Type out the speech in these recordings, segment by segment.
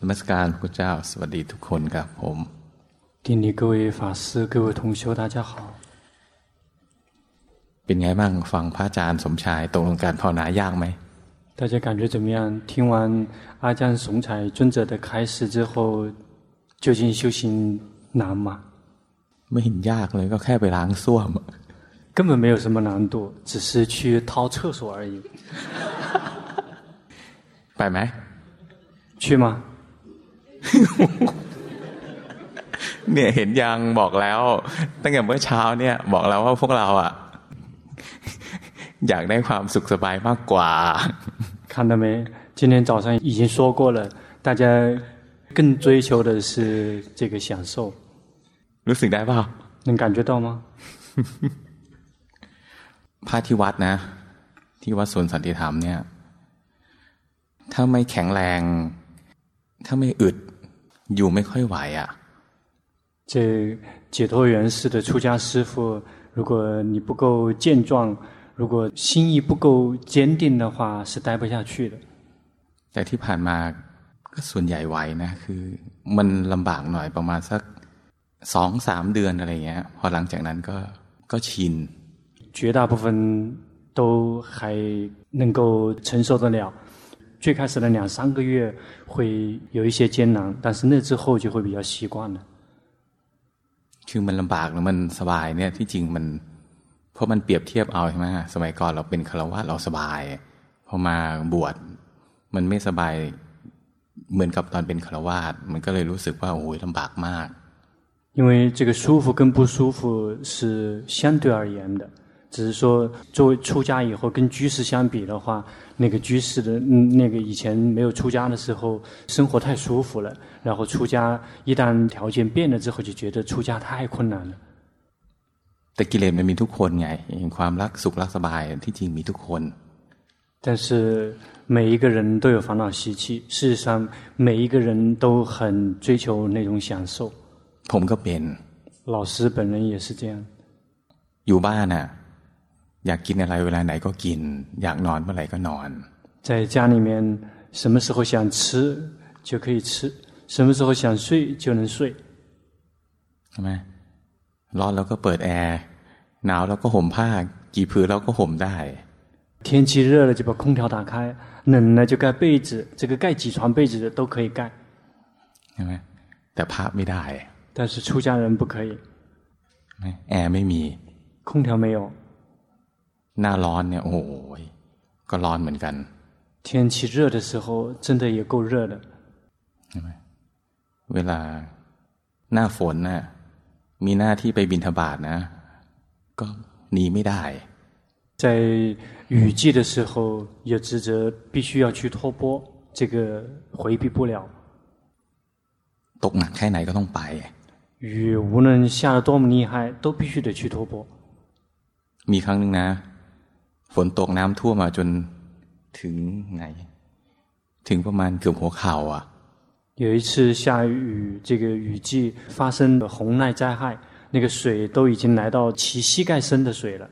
นมัสการพระเจ้าสวัสดีทุกคนครับผม 顶礼各位法师、各位同修，大家好。 เป็นไงบ้างฟังพระอาจารย์สมชายตกลงการภาวนายากไหม 大家感觉怎么样？听完阿江雄才尊者的开示之后，究竟修行难吗？ ไม่เห็นยากเลยก็แค่ไปล้างส้วม 根本没有什么难度，只是去掏厕所而已。 ไปไหม 去吗？ เนี่ยเห็นยังบอกแล้ว ตั้งแต่เมื่อเช้าเนี่ยบอกแล้วว่าพวกเราอะ อยากได้ความสุขสบายมากกว่า 看到没？今天早上已经说过了，大家更追求的是这个享受， รู้สึกได้เปล่า 能感觉到吗？ พระที่วัดนะ ที่วัดสวนสันติธรรมเนี่ย ถ้าไม่แข็งแรง ถ้าไม่อึด อยู่ไม่ค่อยไหวอะ่ะ 这解脱园式的出家师傅，如果你不够健壮，如果心意不够坚定的话，是待不下去的。 แต่ที่ผ่านมาก็ส่วนใหญ่ไหวนะคือมันลำบากหน่อยประมาณสักสองสามเดือนอะไรเงี้ย พอหลังจากนั้นก็ก็ชิน 绝大部分都还能够承受得了。最开始的两三个月会有一些艰难，但是那之后就会比较习惯了。 คือมันลำบากหรือมันสบายเนี่ยที่จริงมัน เพราะมันเปรียบเทียบเอาใช่ไหมสมัยก่อนเราเป็นคารวะเราสบาย พอมาบวชมันไม่สบายเหมือนกับตอนเป็นคารวะมันก็เลยรู้สึกว่าโอ้ยลำบากมาก 因为这个舒服跟不舒服是相对而言的，只是说作为出家以后跟居士相比的话，那个居士的嗯那个以前没有出家的时候生活太舒服了，然后出家一旦条件变了之后，就觉得出家太困难了。 แต่กิเลสมันมีทุกคนไงอย่างความรักสุขรักสบายที่จริงมีทุกคน 但是每一个人都有烦恼习气，事实上每一个人都很追求那种享受。 ผมก็เป็น 老师本人也是这样， อยู่บ้านน่ะ อยากกินอะไรเวลาไหนก็กิน อยากนอนเมื่อไหร่ก็นอน 在家里面什么时候想吃就可以吃，什么时候想睡就能睡。 ใช่ไหมร้อนแล้วก็เปิดแอร์หนาวแล้วก็ห่มผ้า กี่ผืนแล้วก็ห่มได้ 天气热了就把空调打开，冷了就盖被子，这个盖几床被子的都可以盖， ใช่ไหมแต่ภาพไม่ได้ 但是出家人不可以， ใช่ไหมแอร์ไม่มี 空调没有。 หน้าร้อนเนี่ย โอ้โหยก็ร้อนเหมือนกัน 天气热的时候真的也够热的， เวลาหน้าฝนน่ะ มีหน้าที่ไปบินทบาทนะ ก็หนีไม่ได้ 在雨季的时候，有职责必须要去托钵，这个回避不了。 ตกหนักแค่ไหนก็ต้องไป 雨无论下得多么厉害，都必须得去托钵。 มีครั้งหนึ่งนะ ฝนตกน้ำท่วมมาจนถึงไหน ถึงประมาณเกือบหัวเข่าอ่ะ 有一次下雨，这个雨季发生的洪涝灾害，那个水都已经来到其膝盖深的水了，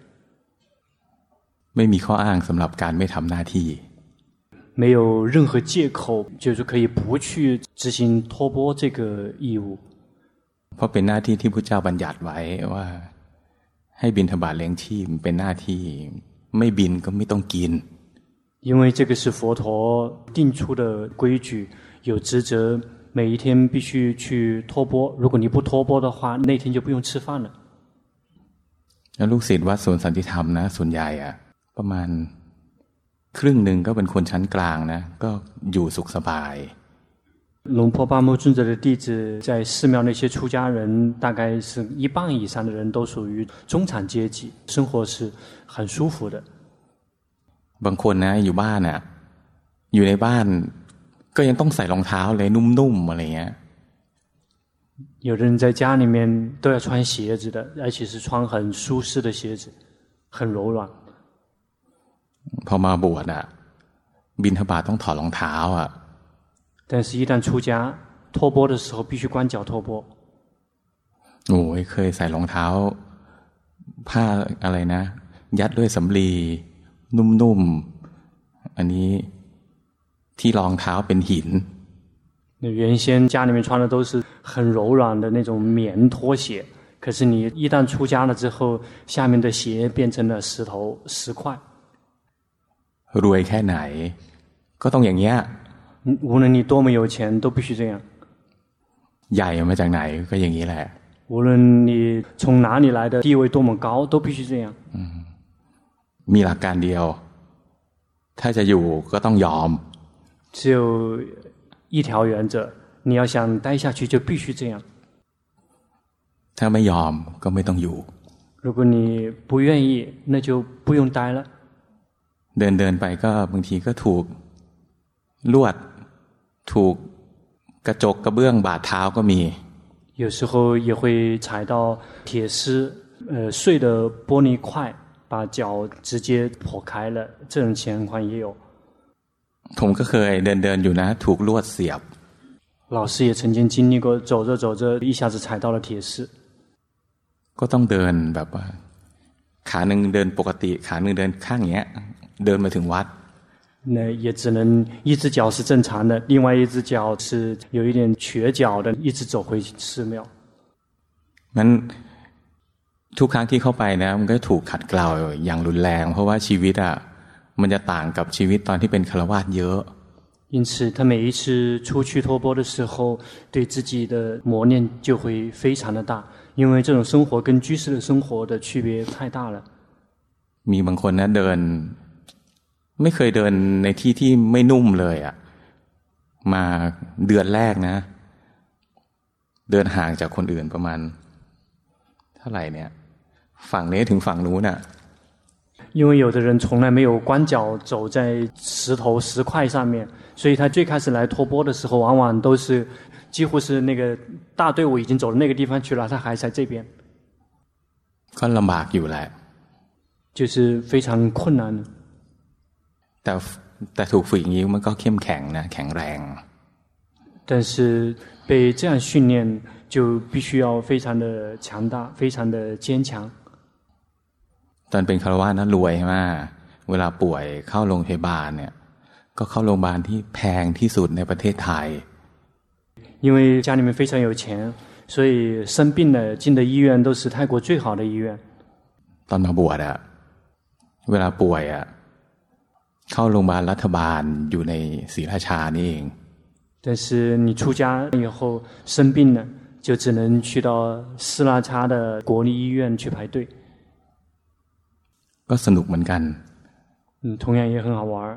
ไม่มีข้ออ้างสำหรับการไม่ทำหน้าที่ 没有任何借口，就是可以不去执行托钵这个义务。 เพราะเป็นหน้าที่ที่พระเจ้าบัญญัติไว้ว่า ให้บินธบาตเลี้ยงชีพเป็นหน้าที่ ไม่บินก็ไม่ต้องกิน 因为这个是佛陀定出的规矩，有职责每一天必须去托钵。如果你不托钵的话，那天就不用吃饭了。 แล้วลูกศิษย์วัดสวนสันติธรรมนะ ส่วนใหญ่อะประมาณครึ่งหนึ่งก็เป็นคนชั้นกลางนะ ก็อยู่สุขสบาย 龙婆巴木尊者的弟子在寺庙那些出家人，大概是一半以上的人都属于中产阶级，生活是很舒服的。 บางคนนะ อยู่บ้านอะอยู่ในบ้าน ก็ยังต้องใส่รองเท้าเลยนุ่มๆอะไรเงี้ย 有的人在家里面都要穿鞋子的，而且是穿很舒适的鞋子，很柔软。 พอมาบวชอะบินธบาตต้องถอดรองเท้าอะ 但是，一旦出家托钵的时候，必须光脚托钵。 โอ้ยเคยใส่รองเท้า ผ้าอะไรนะ ยัดด้วยสำลีนุ่มๆ อันนี้ที่รองเท้าเป็นหิน 那原先家里面穿的都是很柔软的那种棉拖鞋，可是你一旦出家了之后，下面的鞋变成了石头石块。 รวยแค่ไหน ก็ต้องอย่างเงี้ย 嗯无论你多么有钱，都必须这样。 ใหญ่มาจากไหนก็อย่างนี้แหละ 无论你从哪里来的，地位多么高，都必须这样。 มีหลักการเดียว ถ้าจะอยู่ก็ต้องยอม 只有一条原则：你要想待下去，就必须这样。 ถ้าไม่ยอมก็ไม่ต้องอยู่ 如果你不愿意，那就不用待了。 เดินเดินไปก็บางทีก็ถูก ลวด ถูกกระจกกระเบื้องบาดเท้าก็มี 有时候也会踩到铁丝，呃，碎的玻璃块，把脚直接破开了，这种情况也有。 ผมก็เคยเดินเดินอยู่นะ ถูกลวดเสียบ 老师也曾经经历过，走着走着一下子踩到了铁丝， ก็ต้องเดินแบบว่า ขาหนึ่งเดินปกติ ขาหนึ่งเดินข้างอย่างเงี้ย เดินมาถึงวัด 那也只能一只脚是正常的，另外一只脚是有一点瘸脚的，一直走回寺庙。 งั้นทุกครั้งที่เข้าไปนะมันก็ถูกขัดเกลาอย่างรุนแรง เพราะว่าชีวิตอะ่ะมันจะต่างกับชีวิตตอนที่เป็นคารวาสถ์เยอะ 因此，他每一次出去托钵的时候，对自己的磨练就会非常的大，因为这种生活跟居士的生活的区别太大了。 มีบางคนนะเดิน ไม่เคยเดินในที่ที่ไม่นุ่มเลยอะ่ะมาเดือนแรกนะ เดินห่างจากคนอื่นประมาณ เท่าไหร่เนี่ย ฝั่งนี้ถึงฝั่งนู้นอ่ะ 因为有的人从来没有光脚走在石头石块上面，所以他最开始来托钵的时候，往往都是几乎是那个大队伍已经走到那个地方去了，他还在这边， ก็ลำบากอยู่แหละ 就是非常困难。 แต่แต่ถูกฝึกอย่างนี้มันก็เข้มแข็งนะแข็งแรง 但是被这样训练，就必须要非常的强大，非常的坚强。 ตอนเป็นคารวะนะรวยมาก เวลาป่วยเข้าโรงพยาบาลเนี่ย ก็เข้าโรงพยาบาลที่แพงที่สุดในประเทศไทย 因为家里面非常有钱，所以生病了进的医院都是泰国最好的医院。 ตอนมาบวชอะเวลาป่วยอะเข้าโรงพยาบาลรัฐบาลอยู่ในศรีราชานี่เอง 但是你出家以后生病了，就只能去到斯拉差的国立医院去排队。 ก็สนุกเหมือนกัน 嗯，同样也很好玩儿。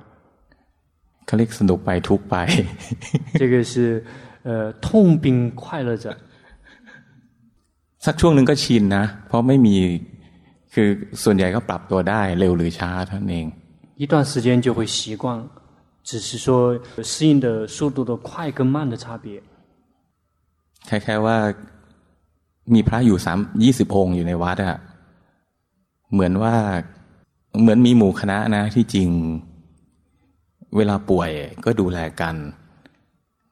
เขาเรียกสนุกไปทุกข์ไป 这个是呃痛并快乐着。 สักช่วงหนึ่งก็ชินนะ เพราะไม่มีคือส่วนใหญ่ก็ปรับตัวได้เร็วหรือช้าเท่านั้นเอง 一段时间就会习惯，只是说适应的速度的快跟慢的差别。 คล้ายๆว่ามีพระอยู่สามยี่สิบองค์อยู่ในวัดอะเหมือนว่าเหมือนมีหมู่คณะนะที่จริง เวลาป่วยก็ดูแลกัน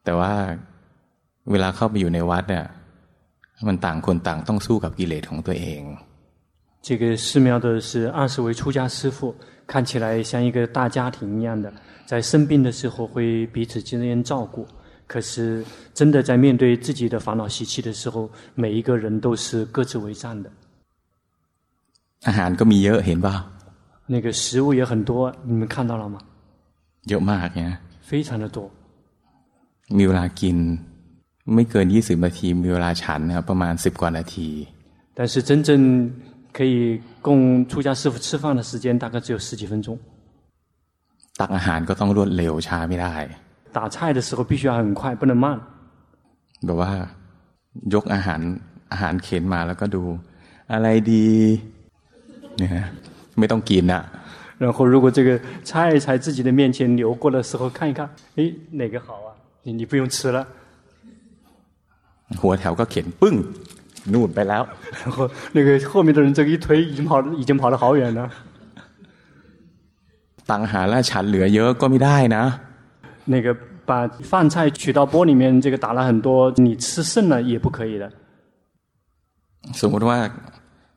แต่ว่าเวลาเข้าไปอยู่ในวัดเนี่ยมันต่างคนต่างต้องสู้กับกิเลสของตัวเอง 这个寺庙的是二十位出家师傅，看起来像一个大家庭一样的，在生病的时候会彼此之间照顾。可是真的在面对自己的烦恼习气的时候，每一个人都是各自为战的。 อาหารก็มีเยอะเห็นป่ะ 那个食物也很多，你们看到了吗？ เยอะมากเนี่ย 非常的多， มีเวลากิน ไม่เกินยี่สิบนาที มีเวลาฉันนะครับประมาณสิบกว่านาที 但是真正可以供出家师傅吃饭的时间大概只有十几分钟。 ตักอาหารก็ต้องรวดเร็วช้าไม่ได้ 打菜的时候必须要很快，不能慢。 แบบว่ายกอาหารอาหารเข็นมาแล้วก็ดู อะไรดีเนี่ยฮะไม่ต้องกินอะ 然后如果这个菜在自己的面前流过的时候，看一看，哎，哪个好啊？你你不用吃了， หัวแถวก็เข็นปึ้ง นู่นไปแล้ว 然后那个后面的人这个一推，已经跑已经跑得好远了。 ตังหาและฉันเหลือเยอะก็ไม่ได้นะ 那个把饭菜取到锅里面，这个打了很多，你吃剩了也不可以的。 สมมติว่า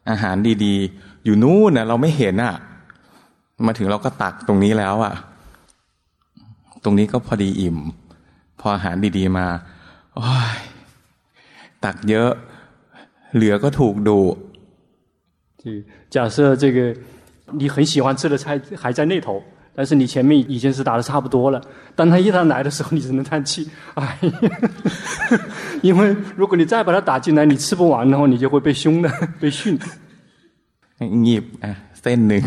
อาหารดีๆ อยู่นู่นนะเราไม่เห็นอะมาถึงเราก็ตักตรงนี้แล้วอะตรงนี้ก็พอดีอิ่ม พ พออาหารดีๆมาโอ้ยตักเยอะ เหลือก็ถูกดุ 就假设这个你很喜欢吃的菜还在那头，但是你前面已经是打的差不多了，当他一旦来的时候，你只能叹气，哎， 因为如果你再把它打进来，你吃不完的话，你就会被凶的， 被训。 หยิบอ่ะเส้นหนึ่ง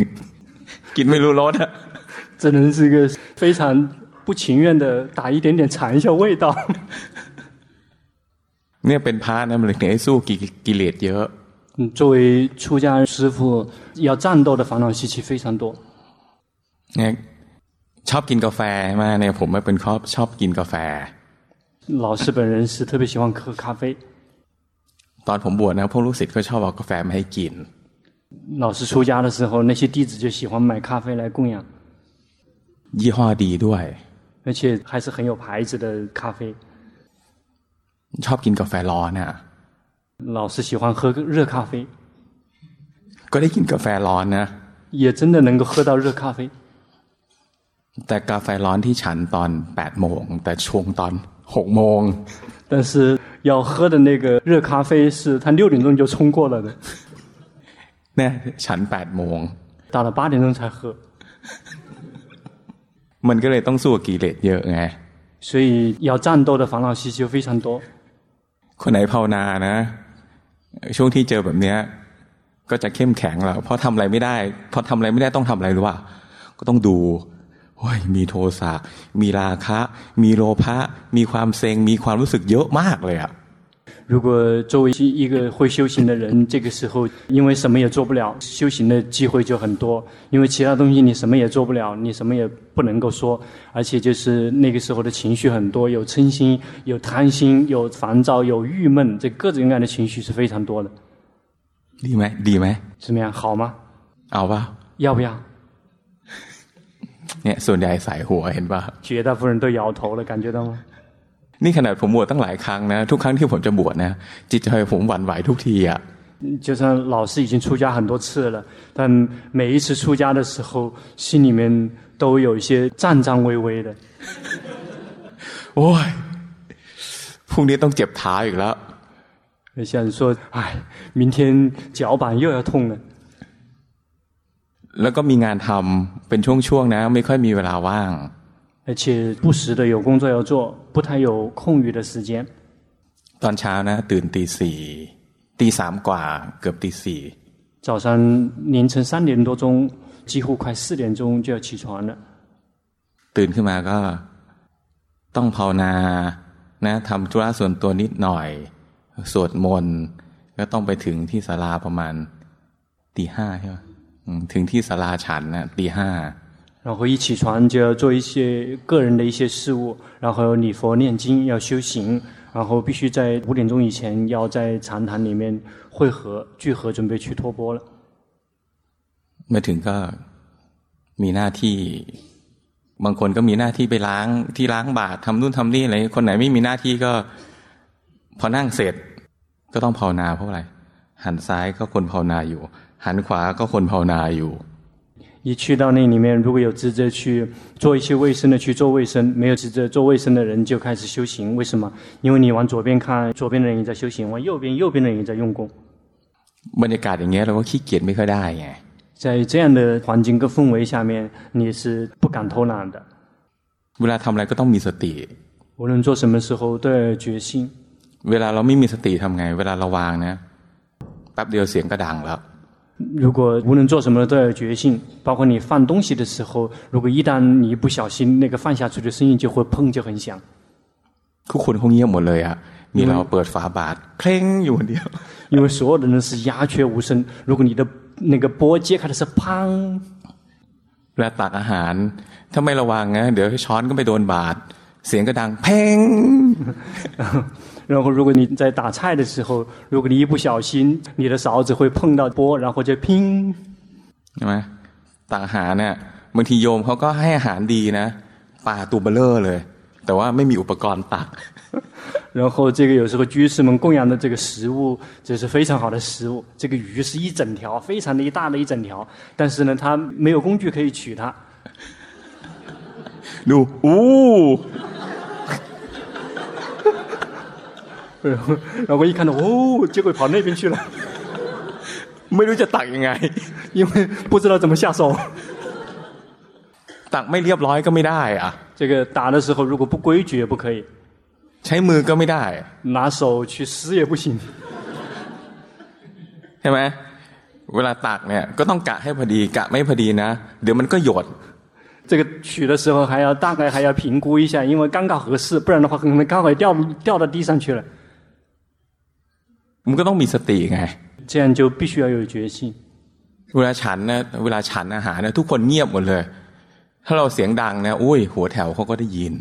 กินไม่รู้รสอะ 这人是一个非常不情愿的，打一点点尝一下味道。 เนี่ยเป็นพระนะมันเลยสู้กิกิเลสเยอะ 嗯，作为出家师傅，要战斗的烦恼习气非常多。 เนี่ยชอบกินกาแฟมากเนี่ยผมไม่เป็นครอบชอบกินกาแฟ 老师本人是特别喜欢喝咖啡。 ตอนผมบวชนะพวกลูกศิษย์ก็ชอบเอากาแฟมาให้กิน 老师出家的时候，那些弟子就喜欢买咖啡来供养， ยี่ห้อดีด้วย 而且还是很有牌子的咖啡。 ชอบกินกาแฟร้อนอ่ะ 老师喜欢喝热咖啡， ก็ได้กินกาแฟร้อนนะ 也真的能够喝到热咖啡。 แต่กาแฟร้อนที่ฉันตอน8ปดโมง แต่ชงตอน6กโมง 但是要喝的那个热咖啡是他六点钟就冲过了的， เนี่ยฉัน8ปดโมง 打了八点钟才喝， มันก็เลยต้องสู้กับกิเลสเยอะไง 所以要战斗的烦恼习气就非常多。 คนไหนภาวนานะ ช่วงที่เจอแบบเนี้ย ก็จะเข้มแข็งแล้วเพราะทำอะไรไม่ได้ พอทำอะไรไม่ได้ต้องทำอะไรรู้ป่ะก็ต้องดูโอ้ยมีโทสะมีราคะ มีโลภะมีความเซ็งมีความรู้สึกเยอะมากเลยอะ 如果作为一个会修行的人，这个时候因为什么也做不了，修行的机会就很多。因为其他东西你什么也做不了，你什么也不能够说，而且就是那个时候的情绪很多，有嗔心，有贪心，有烦躁，有郁闷，这各种各样的情绪是非常多的。 ดีไหมดีไหม 怎么样？啊好吗？ เอาป่ะ 要不要？ เนี่ยส่วนใหญ่สายหัวเห็นป่ะ 绝大部分人都摇头了，感觉到吗？ นี่ขนาดผมบวชตั้งหลายครั้งนะ ทุกครั้งที่ผมจะบวชนะ จิตใจผมหวั่นไหวทุกทีอะ 嗯就算老师已经出家很多次了，但每一次出家的时候，心里面都有一些战战巍巍的。 โอ้ยพรุ่งนี้ต้องเจ็บเท้าอีกแล้ว 想说，哎，明天脚板又要痛了。 แล้วก็มีงานทำเป็นช่วงๆนะ ไม่ค่อยมีเวลาว่าง 而且不时的有工作要做，不太有空余的时间。 ตอนเช้านะ ตื่นตีสี่ตีสามกว่าเกือบตีสี่ 早上凌晨三点多钟，几乎快四点钟就要起床了。 ตื่นขึ้นมาก็ต้องภาวนานะทำธุระส่วนตัวนิดหน่อย สวดมนต์ก็ต้องไปถึงที่ศาลาประมาณตีห้าใช่ไหมอืมถึงที่ศาลาฉันนะตีห้า 然后一起床就要做一些个人的一些事务，然后礼佛念经要修行，然后必须在五点钟以前要在禅堂里面汇合聚合，准备去托钵了。 มาถึงก็มีหน้าที่บางคนก็มีหน้าที่ไปล้างที่ล้างบาตรทำนู่นทำนี่อะไรคนไหนไม่มีหน้าที่ก็ พอนั่งเสร็จ ก็ต้องภาวนาเพราะอะไร หันซ้ายก็คนภาวนาอยู่ หันขวาก็คนภาวนาอยู่ 一去到那里面，如果有职责去做一些卫生的去做卫生，没有职责做卫生的人就开始修行。为什么？因为你往左边看，左边的人也在修行；往右边，右边的人也在用功。 บรรยากาศอย่างเงี้ยเราก็ขี้เกียจไม่ค่อยได้ไง 在这样的环境跟氛围下面，你是不敢偷懒的。 เวลาทำอะไรก็ต้องมีสติ 无论做什么时候都要有决心。 เวลาเราไม่มีสติทำไง เวลาเราวางนะแป๊บเดียวเสียงก็ดังแล้ว 如果无论做什么都要有决心，包括你放东西的时候，如果一旦你一不小心，那个放下去的声音就会砰就很响。 ทุกคนเขาเงียบหมดเลยอะมีเราเปิดฝาบาทเคร่งอยู่คนเดียว 因为所有的人是鸦雀无声。如果你的那个钵揭开的是砰， เวลาตักอาหาร ถ้าไม่ระวังนะเดี๋ยวช้อนก็ไปโดนบาดเสียงก็ดังเพ่ง 然后如果你在打菜的时候，如果你一不小心，你的勺子会碰到钵，然后就砰。 ใช่ไหมตักอาหารเนี่ยบางทีโยมเขาก็ให้อาหารดีนะปลาตูเบลเลอร์เลย แต่ว่าไม่มีอุปกรณ์ตัก 然后这个有时候居士们供养的这个食物，这是非常好的食物。这个鱼是一整条，非常的一大的一整条，但是呢，他没有工具可以取它。 ดูอู้ 然后 然后我一看到哦，结果跑那边去了， ไม่รู้จะตักยังไง 因为不知道怎么下手。 ตักไม่เรียบร้อยก็ไม่ได้อะ 这个打的时候如果不规矩也不可以， ใช้มือก็ไม่ได้ 拿手去撕也不行。 ใช่ไหมเวลาตักเนี่ยก็ต้องกะให้พอดีกะไม่พอดีนะ เดี๋ยวมันก็หยด 这个取的时候还要大概还要评估一下，因为刚刚合适，不然的话可能刚好掉掉到地上去了。 มันก็ต้องมีสติไง 这样就必须要有决心。 เวลาฉันนะเวลาฉันอาหารนะทุกคนเงียบหมดเลย ถ้าเราเสียงดังนะอุ้ย หัวแถวเขาก็ได้ยิน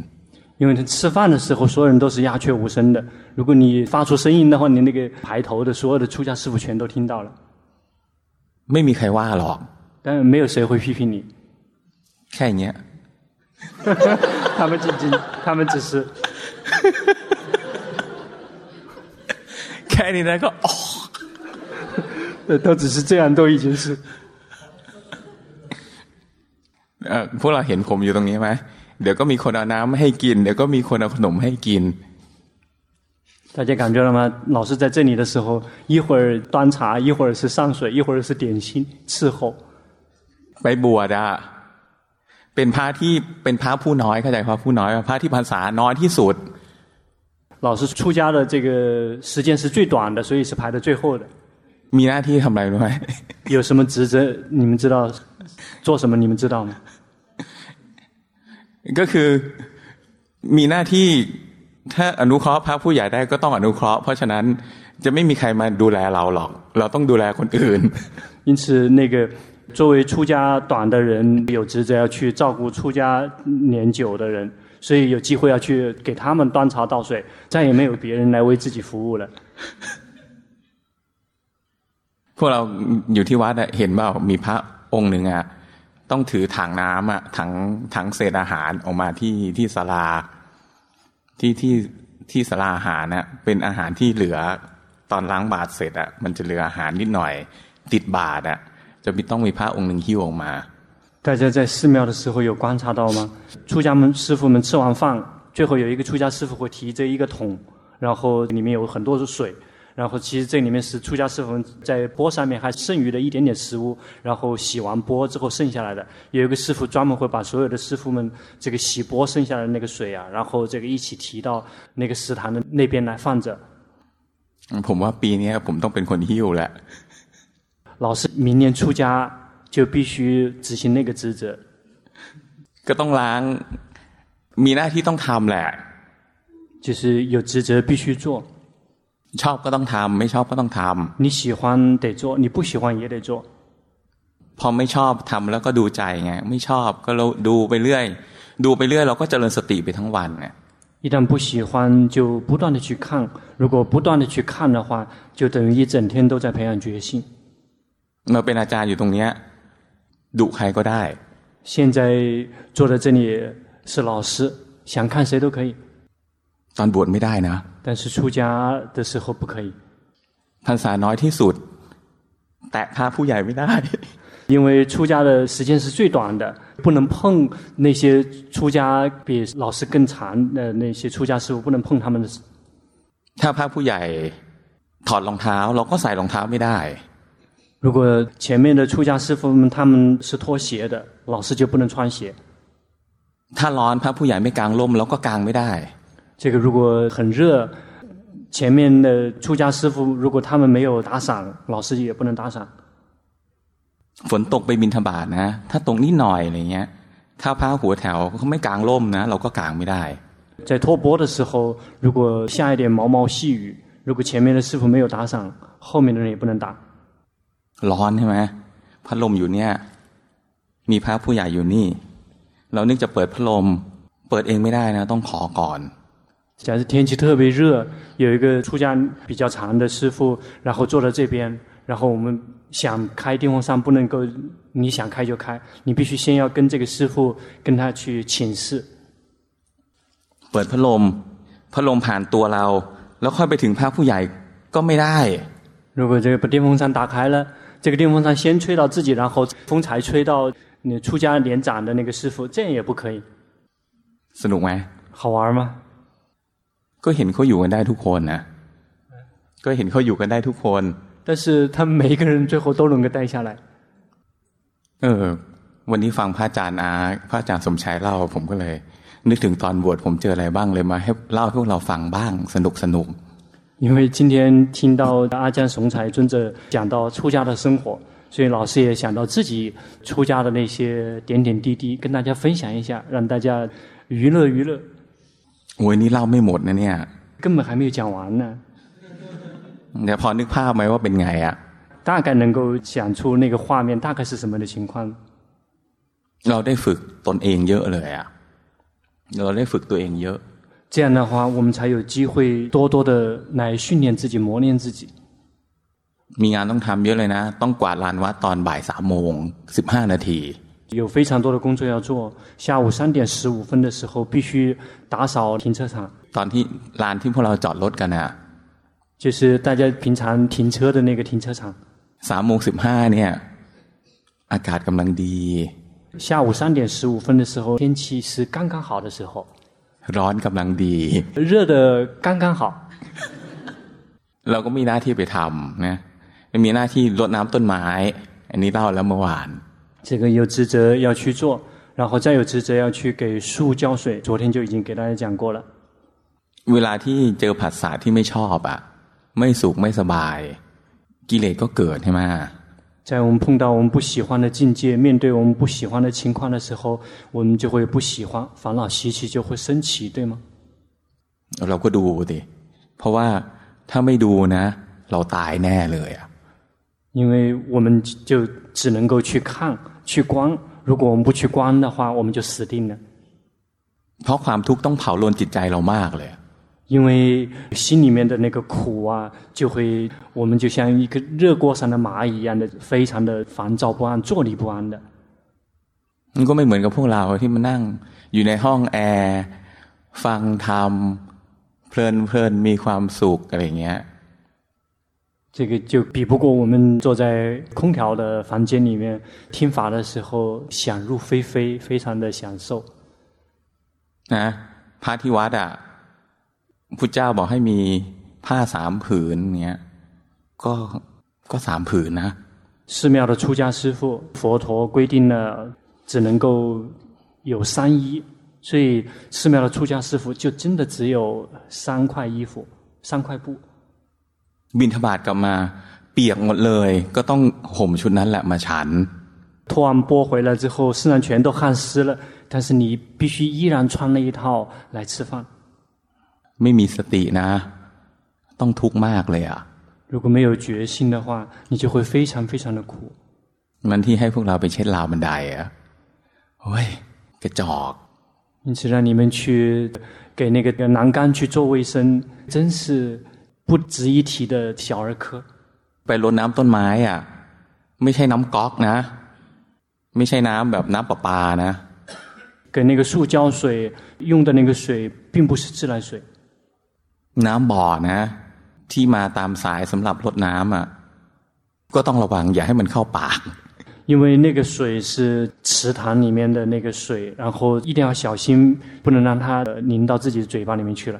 因为他吃饭的时候，所有人都是鸦雀无声的。如果你发出声音的话，你那个排头的所有的出家师傅全都听到了， ไม่มีใครว่าหรอก 但没有谁会批评你。 แค่เนี้ย 他们仅仅，他们只是 แค่นี้นะก็อ๋อ 呃，哦 都只是这样，都已经是。 เอ่อพวกเราเห็นผมอยู่ตรงนี้ไหมเดี๋ยวก็มีคนเอาน้ำให้กิน เดี๋ยวก็มีคนเอาขนมให้กิน 大家感觉了吗？老师在这里的时候，一会儿端茶，一会儿是上水，一会儿是点心伺候。 ไปบวชอะเป็นพระที่เป็นพระผู้น้อยเข้าใจพระผู้น้อยพระที่ภาษาน้อยที่สุด 老师出家的这个时间是最短的，所以是排在最后的。 มีหน้าที่ทำอะไรรู้ไหม 有什么职责？你们知道做什么？你们知道吗？ ก็คือมีหน้าที่ถ้าอนุเคราะห์พระผู้ใหญ่ได้ก็ต้องอนุเคราะห์ เพราะฉะนั้นจะไม่มีใครมาดูแลเราหรอก เราต้องดูแลคนอื่น 因此，那个作为出家短的人，有职责要去照顾出家年久的人，所以有机会要去给他们端茶倒水，再也没有别人来为自己服务了。 พวกเราอยู่ที่วัดอะเห็นเปล่ามีพระองค์หนึ่งอะต้องถือถังน้ำอะถังถังเศษอาหารออกมาที่ที่ศาลาที่ที่ที่ศาลาอาหารนะเป็นอาหารที่เหลือตอนล้างบาตรเสร็จอะมันจะเหลืออาหารนิดหน่อย ติดบาตรอะจะมีต้องมีพระองค์หนึ่งหิ้วออกมา 大家在寺庙的时候有观察到吗？出家们师傅们吃完饭，最后有一个出家师傅会提着一个桶，然后里面有很多的水，然后其实这里面是出家师傅们在钵上面还剩余的一点点食物，然后洗完钵之后剩下来的。有一个师傅专门会把所有的师傅们这个洗钵剩下来的那个水啊，然后这个一起提到那个食堂的那边来放着。 ผมว่าปีเนี้ยผมต้องเป็นคนหิ้วแหละ 老师明年出家就必须执行那个职责， ก็ต้องล้างมีหน้าที่ต้องทำแหละ 就是有职责必须做。 ชอบก็ต้องทำไม่ชอบก็ต้องท 你喜欢得做，你不喜欢也得做。 ำพอไม่ชอบทำแล้วก็ดูใจไงไม่ชอบก็เราดูไปเรื่อย ดูไปเรื่อยเราก็เจริญสติไปทั้งวันไง 一旦不喜欢，就不断的去看。如果不断的去看的话，就等于一整天都在培养决心。 เราเป็นอาจารย์อยู่ตรงเนี้ยดุใครก็ได้ 现在坐在这里是老师，想看谁都可以， ตอนบวชไม่ได้นะ 但是出家的时候不可以， พรรษาน้อยที่สุด แตะพระผู้ใหญ่ไม่ได้ 因为出家的时间是最短的，不能碰那些出家比老师更长的那些出家师傅，不能碰他们的。 ถ้าพระผู้ใหญ่ถอดรองเท้า เราก็ใส่รองเท้าไม่ได้ 如果前面的出家师傅们他们是脱鞋的，老师就不能穿鞋。 ถ้าร้อนพระผู้ใหญ่ไม่กางร่มเราก็กางไม่ได้ 这个如果很热，前面的出家师傅如果他们没有打伞，老师也不能打伞。 ฝนตกไปบินทบาทนะ ถ้าตรงนี้หน่อยอะไรเงี้ย ถ้าพระหัวแถวเขาไม่กางร่มนะ เราก็กางไม่ได้ 在托钵的时候，如果下一点毛毛细雨，如果前面的师傅没有打伞，后面的人也不能打。 ร้อนใช่ไหมพัดลมอยู่เนี่ย มีพระผู้ใหญ่อยู่นี่ เรานึกจะเปิดพัดลม เปิดเองไม่ได้นะ ต้องขอก่อน 假如天气特别热，有一个出家比较长的师傅，然后坐在这边，然后我们想开电风扇不能够，你想开就开，你必须先要跟这个师傅跟他去请示， เปิดพัดลม พัดลมผ่านตัวเรา แล้วค่อยไปถึงพระผู้ใหญ่ก็ไม่ได้ 如果这个把电风扇打开了，这个电风扇先吹到自己，然后风才吹到你出家年长的那个师傅，这样也不可以， สนุกไหม 好玩吗？ ก็เห็นเขาอยู่กันได้ทุกคนนะ ก็เห็นเขาอยู่กันได้ทุกคน 但是他们每一个人最后都能够待下来。 เออ วันนี้ฟังพระอาจารย์อาพระอาจารย์สมชายเล่า ผมก็เลย นึกถึงตอนบวชผมเจออะไรบ้างเลยมาให้เล่าให้พวกเราฟังบ้างสนุกสนุก 因为今天听到阿江雄才尊者讲到出家的生活，所以老师也想到自己出家的那些点点滴滴，跟大家分享一下，让大家娱乐娱乐。 โอ้ยนี่เล่าไม่หมดนะเนี่ย 根本还没有讲完呢， เดี๋ยวพอนึกภาพไหมว่าเป็นไงอะ่ะ 大概能够想出那个画面大概是什么的情况。 เราได้ฝึกตนเองเยอะเลยอะ่ะ เราได้ฝึกตัวเองเยอะ 这样的话，我们才有机会多多的来训练自己、磨练自己。 มีงานต้องทำเยอะเลยนะ ต้องกวาดลานวัดตอนบ่ายสามโมงสิบห้านาที 有非常多的工作要做，下午三点十五分的时候必须打扫停车场， ตอนที่ลานที่พวกเราจอดรถกันอ่ะ 就是大家平常停车的那个停车场。 สามโมงสิบห้าเนี่ย อากาศกำลังดี 下午三点十五分的时候，天气是刚刚好的时候， ร้อนกำลังดี 热的刚刚好。 เราก็มีหน้าที่ไปทำนะมีหน้าที่รดน้ำต้นไม้ อันนี้เล่าแล้วเมื่อวาน 这个有职责要去做，然后再有职责要去给树浇水。昨天就已经给大家讲过了。 เวลาที่เจอผัสสะที่ไม่ชอบอะไม่สุขไม่สบาย กิเลสก็เกิดใช่ไหม 在我们碰到我们不喜欢的境界，面对我们不喜欢的情况的时候，我们就会不喜欢，烦恼习气就会升起，对吗？ เราก็ดูดิเพราะว่าถ้าไม่ดูนะ เราตายแน่เลยอะ 因为我们就只能够去看、去观，如果我们不去观的话，我们就死定了。 เพราะความทุกข์ต้องเผาลนจิตใจเรามากเลย 因为心里面的那个苦啊，就会我们就像一个热锅上的蚂蚁一样的，非常的烦躁不安、坐立不安的。 มันก็ไม่เหมือนกับพวกเราที่มานั่งอยู่ในห้องแอร์ฟังธรรมเพลินเพลินมีความสุขอะไรอย่างเงี้ย 这个就比不过我们坐在空调的房间里面听法的时候，想入非非，非常的享受。 นะพระที่วัดอ่ะพุทธเจ้าบอกให้มีผ้าสามผืนเนี้ย ก็ก็สามผืนนะ 寺庙的出家师傅佛陀规定了，只能够有三衣，所以寺庙的出家师傅就真的只有三块衣服、三块布。 บินทบาทกลับมาเปียกหมดเลย ก็ต้องห่มชุดนั้นแหละมาฉัน 托完钵回来之后，身上全都汗湿了，但是你必须依然穿那一套来吃饭。 ไม่มีสตินะ ต้องทุกข์มากเลยอ่ะ 如果没有决心的话，你就会非常非常的苦。 มันที่ให้พวกเราไปเช็ดราวบันไดอ่ะโอ้ยกระจอก 因此，让你们去给那个栏杆去做卫生，真是不值一提的小儿科。 ไปรดน้ำต้นไม้อ่ะ ไม่ใช่น้ำก๊อกนะ ไม่ใช่น้ำแบบน้ำประปานะ 给那个树浇水用的那个水，并不是自来水， น้ำบ่อนะ ที่มาตามสายสำหรับรดน้ำอ่ะก็ต้องระวังอย่าให้มันเข้าปาก 因为那个水是池塘里面的那个水，然后一定要小心，不能让它呃淋到自己的嘴巴里面去了。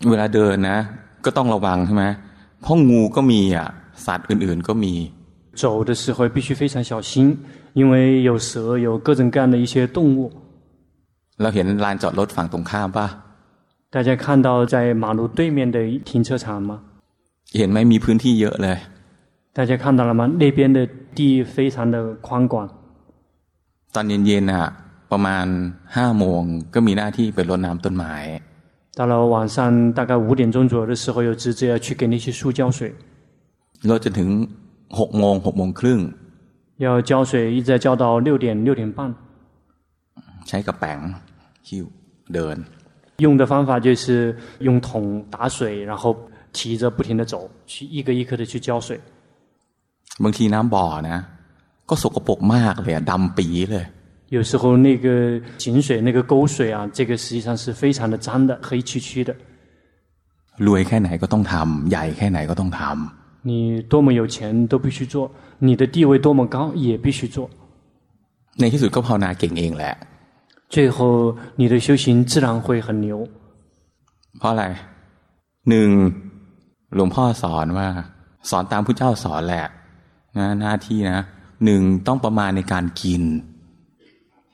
เวลาเดินนะ ก็ต้องระวังใช่ไหมเพราะงูก็มีอ่ะ สัตว์อื่นๆก็มี 走的时候必须非常小心，因为有蛇，有各种各样的一些动物。 เราเห็นลานจอดรถฝั่งตรงข้ามป่ะ 大家看到在马路对面的停车场吗？ เห็นไหมมีพื้นที่เยอะเลย 大家看到了吗？那边的地非常的宽广。 ตอนเย็นๆอ่ะ ประมาณห้าโมงก็มีหน้าที่ไปรดน้ำต้นไม้ 到了晚上大概五点钟左右的时候，有职责要去给那些树浇水， รดจนถึงหกโมงหกโมงครึ่ง 要浇水，一直在浇到六点六点半。 ใช้กระแป๋งหิ้วเดิน 用的方法就是用桶打水，然后提着不停的走，去一个一个的去浇水。 บางทีน้ำบ่อนะ ก็สกปรกมากเลยอะดำปีเลย 有时候那个井水、那个沟水啊，这个实际上是非常的脏的，黑黢黢的。 รวยแค่ไหนก็ต้องทำใหญ่แค่ไหนก็ต้องท 你多么有钱都必须做，你的地位多么高也必须做。 ำในที่สุดก็ภาวนาเก่งเองแหละ 最后，你的修行自然会很牛， เพราะอะไรหนึ่ง หลวงพ่อสอนว่า สอนตามพระเจ้าสอนแหละนะหน้าที่นะหนึ่งต้องประมาณในการกิน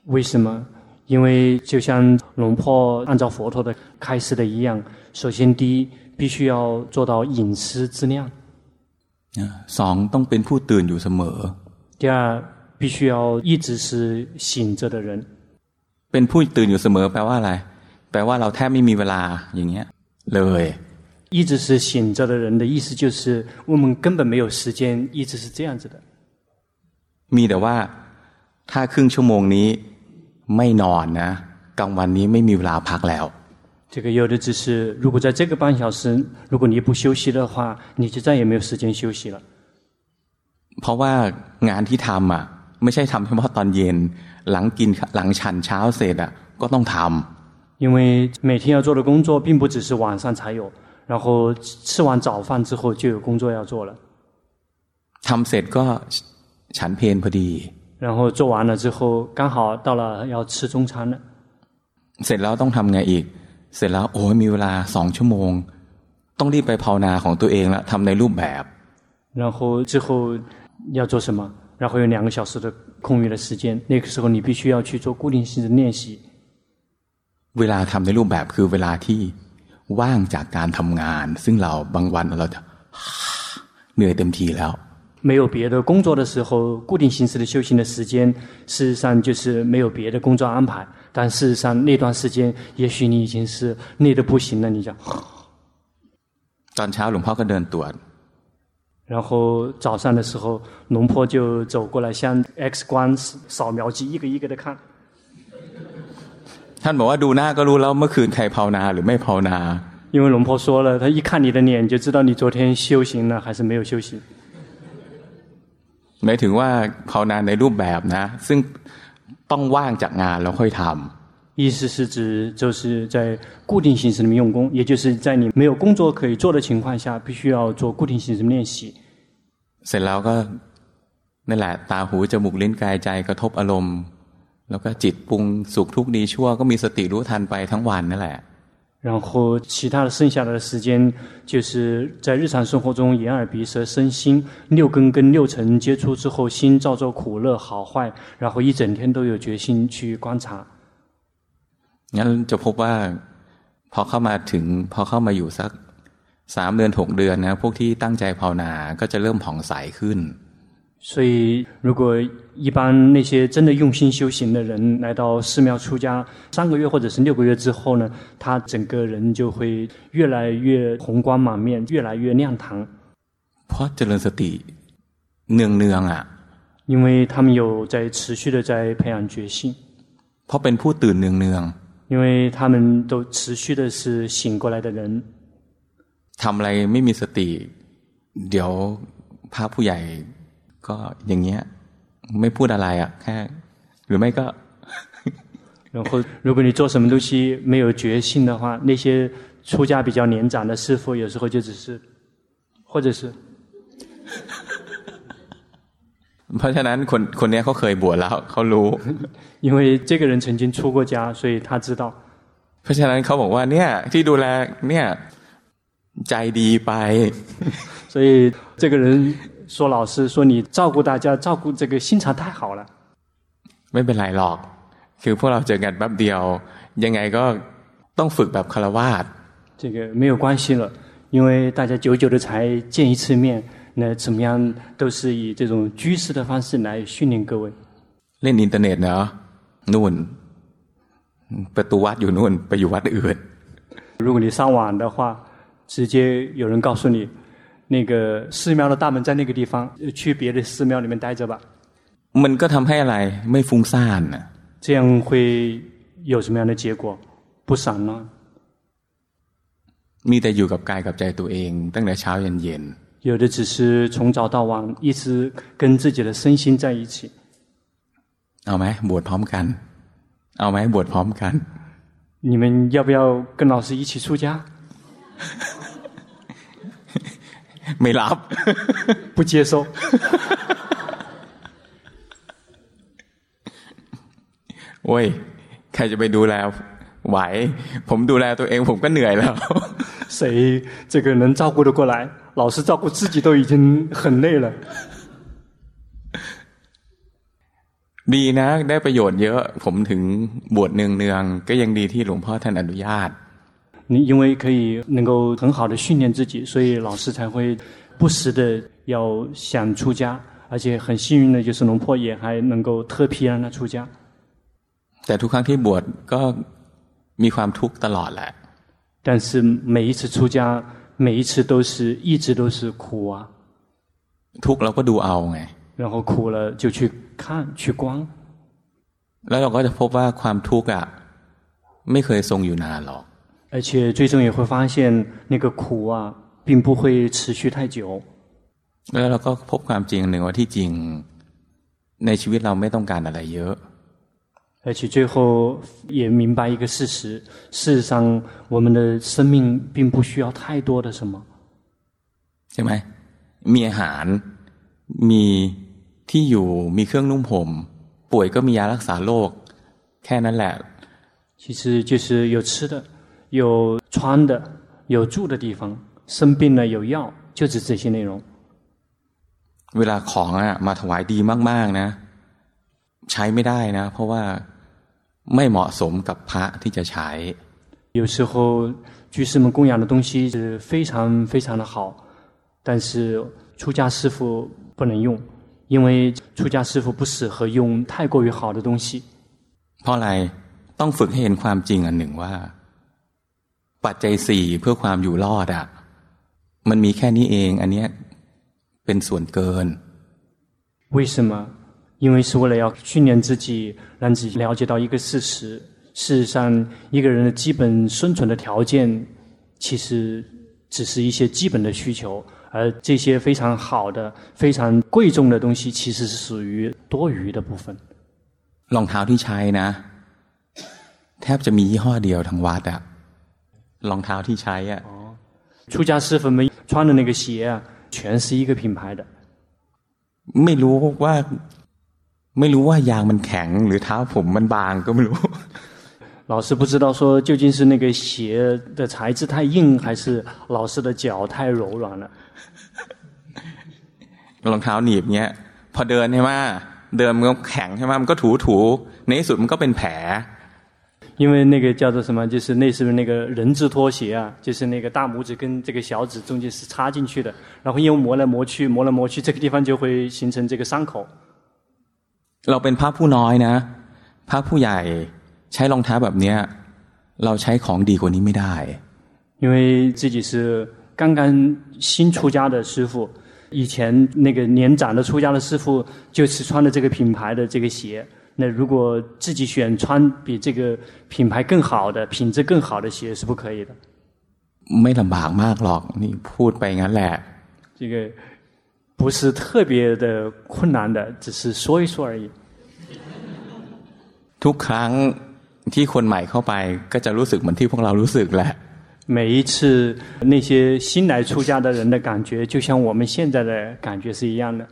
为什么？因为就像龙婆按照佛陀的开示的一样，首先第一，必须要做到饮食自量； นะสองต้องเป็นผู้ตื่นอยู่เสมอ 第二，必须要一直是醒着的人。 เป็นผู้ตื่นอยู่เสมอแปลว่าอะไร แปลว่าเราแทบไม่มีเวลาอย่างเงี้ย เลย 一直是醒着的人的意思就是，我们根本没有时间，一直是这样子的。 มีแต่ว่าถ้าครึ่งชั่วโมงนี้ไม่นอนนะกลางวันนี้ไม่มีเวลาพักแล้ว 这个有的只是，如果在这个半小时，如果你不休息的话，你就再也没有时间休息了。 เพราะว่างานที่ทำอ่ะ ไม่ใช่ทำเฉพาะตอนเย็น หลังกินหลังฉันเช้าเสร็จอ่ะก็ต้องท 因为每天要做的工作并不只是晚上才有，然后吃吃完早饭之后就有工作要做了， ำทำเสร็จก็ฉันเพนพอดี 然后做完了之后刚好到了要吃中餐了， เสร็จแล้วต้องทำไงอีก เสร็จแล้วโอ้ยมีเวลาสองชั่วโมง ต้องรีบไปภาวนาของตัวเองละทำในรูปแบบ 然后之后要做什么？然后有两个小时的空余的时间，那个时候你必须要去做固定性的练习。 เวลาทำในรูปแบบคือเวลาที่ว่างจากการทำงาน ซึ่งเราบางวันเราจะ เหนื่อยเต็มทีแล้ว 没有别的工作的时候，固定形式的修行的时间，事实上就是没有别的工作安排。但事实上那段时间，也许你已经是累得不行了，你讲。 ตอนเช้าหลวงพ่อก็เดินตรวจ 然后早上的时候，龙坡就走过来，像 X 光扫描机一个一个的看。 ท่านบอกว่าดูหน้าก็รู้แล้วเมื่อคืนใครภาวนาหรือไม่ภาวนา 因为龙坡说了，他一看你的脸就知道你昨天修行了还是没有修行。 หมายถึงว่าภาวนาในรูปแบบนะ ซึ่งต้องว่างจากงานแล้วค่อยท 意思是指就是在固定形式里面用功，也就是在你没有工作可以做的情况下，必须要做固定形式的练习。 ำเสร็จแล้วก็นั่นแหละตาหูจมูกลิ้นกายใจกระทบอารมณ์ แล้วก็จิตปรุงสุขทุกข์ดีชั่วก็มีสติรู้ทันไปทั้งวันนั่นแหละ 然后其他的剩下的时间，就是在日常生活中眼耳鼻舌身心六根跟六尘接触之后，心造作苦乐好坏，然后一整天都有决心去观察。 งั้นจะพบว่าพอเข้ามาถึงพอเข้ามาอยู่สักสามเดือนหกเดือนนะพวกที่ตั้งใจภาวนาก็จะเริ่มผ่องใสขึ้น 所以，如果一般那些真的用心修行的人来到寺庙出家三个月或者是六个月之后呢，他整个人就会越来越红光满面，越来越亮堂， เพราะเจริญสติเนืองเนืองๆอะ่ะ 因为他们有在持续的在培养决心， เพราะเป็นผู้ตื่นเนืองเนือง 因为他们都持续的是醒过来的人。 ๆทำอะไรไม่มีสติ เดี๋ยวพระผู้ใหญ่ก็อย่างเงี้ย ไม่พูดอะไรอะ่ะ แค่ หรือไม่ก็ 然后，如果你做什么东西没有决心的话，那些出家比较年长的师傅有时候就只是，或者是， เพราะฉะนั้นคนคนเนี้ยเขาเคยบวชแล้วเขารู้ 因为这个人曾经出过家，所以他知道。 เพราะฉะนั้นเขาบอกว่าเนี่ย ที่ดูแลเนี่ย ใจดีไป 所以这个人说：“老师说你照顾大家，照顾这个心肠太好了。 ไม่เป็นไรหรอก คือพวกเราเจอกันแป๊บเดียว ยังไงก็ต้องฝึกแบบคารวาส 这个没有关系了，因为大家久久的才见一次面，那怎么样都是以这种居士的方式来训练各位。 เล่นอินเทอร์เน็ตเนาะนู่น ประตูวัดอยู่นู่น ไปอยู่วัดอื่น 如果你上网的话，直接有人告诉你，那个寺庙的大门在那个地方，呃去别的寺庙里面待着吧。 มันก็ทำให้อะไรไม่ฟุ้งซ่านน่ะ 这样会有什么样的结果？不散乱， มีแต่อยู่กับกายกับใจตัวเอง ตั้งแต่เช้ายันเย็น 有的只是从早到晚一直跟自己的身心在一起。” เอาไหมบวชพร้อมกัน เอาไหมบวชพร้อมกัน 你们要不要跟老师一起出家？ ไม่รับ 不接受。 โอ้ย ใครจะไปดูแลไหว ผมดูแลตัวเองผมก็เหนื่อยแล้ว 谁这个能照顾得过来？老师照顾自己都已经很累了。 ดีนะได้ประโยชน์เยอะ ผมถึงบวชเนืองๆก็ยังดีที่หลวงพ่อท่านอนุญาต 你因为可以能够很好的训练自己，所以老师才会不时的要想出家，而且很幸运的就是龙婆也还能够特批让他出家。 แต่ทุกครั้งที่บวชก็มีความทุกข์ตลอดแหละ 但是每一次出家，每一次都是一直都是苦啊， ทุกข์เราก็ดูเอาไง 然后苦了就去看去观， แล้วเราก็จะพบว่าความทุกข์อ่ะไม่เคยทรงอยู่นานหรอก 而且最终也会发现那个苦啊，并不会持续太久。 แล้วเราก็พบความจริงหนึ่งว่าที่จริง ในชีวิตเราไม่ต้องการอะไรเยอะ 而且最后也明白一个事实：事实上，我们的生命并不需要太多的什么。 ใช่ไหม มีอาหาร มีที่อยู่ มีเครื่องนุ่งห่ม ป่วยก็มียารักษาโรค แค่นั้นแหละ 其实就是有吃的，有穿的，有住的地方，生病了有药，就只这些内容。 เวลาของอะมาถวายดีมากๆนะ ใช้ไม่ได้นะ เพราะว่าไม่เหมาะสมกับพระที่จะใช้ 有时候居士们供养的东西是非常非常的好，但是出家师傅不能用，因为出家师傅不适合用太过于好的东西。 เพราะอะไรต้องฝึกให้เห็นความจริงอันหนึ่งว่า ปัจจัยสี่เพื่อความอยู่รอดอะมันมีแค่นี้เอง อันเนี้ยเป็นส่วนเกิน 为什么？因为是为了要训练自己，让自己了解到一个事实：事实上，一个人的基本生存的条件，其实只是一些基本的需求，而这些非常好的、非常贵重的东西，其实是属于多余的部分。 รองเท้าที่ใช้นะ แทบจะมียี่ห้อเดียวทั้งวัดอะรองเท้าที่ใช้อะ 出家师傅们穿的那个鞋啊，全是一个品牌的， ไม่รู้ว่า ไม่รู้ว่ายางมันแข็ง หรือเท้าผมมันบางก็ไม่รู้ 老师不知道说究竟是那个鞋的材质太硬，还是老师的脚太柔软了。 รองเท้าหนีบเงี้ย พอเดินใช่ไหมเดินมันก็แข็งใช่ไหมมันก็ถูถูๆในที่สุดมันก็เป็นแผล 因为那个叫做什么，就是类似于那个人字拖鞋啊，就是那个大拇指跟这个小指中间是插进去的，然后因为磨来磨去，磨来磨去，这个地方就会形成这个伤口。 เราเป็นพระผู้น้อยนะ พระผู้ใหญ่ใช้รองเท้าแบบเนี้ย เราใช้ของดีกว่านี้ไม่ได้ 因为自己是刚刚新出家的师傅，以前那个年长的出家的师傅就是穿的这个品牌的这个鞋。那如果自己选穿比这个品牌更好的、品质更好的鞋是不可以的。 ไม่ลำบากมากหรอกนี่พูดไปงั้นแหละ 这个不是特别的困难的，只是说一说而已。 ทุกครั้งที่คนใหม่เข้าไปก็จะรู้สึกเหมือนที่พวกเรารู้สึกแหละ 每一次那些新来出家的人的感觉，就像我们现在的感觉是一样的。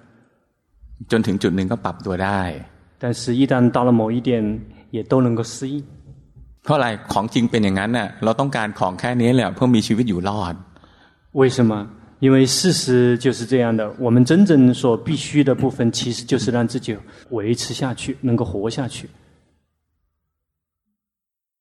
จนถึงจุดหนึ่งก็ปรับตัวได้ 但是，一旦到了某一点，也都能够适应， เพราะอะไรของจริงเป็นอย่างนั้นน่ะเราต้องการของแค่นี้แหละเพื่อมีชีวิตอยู่รอด 为什么？因为事实就是这样的。我们真正所必须的部分，其实就是让自己维持下去，能够活下去。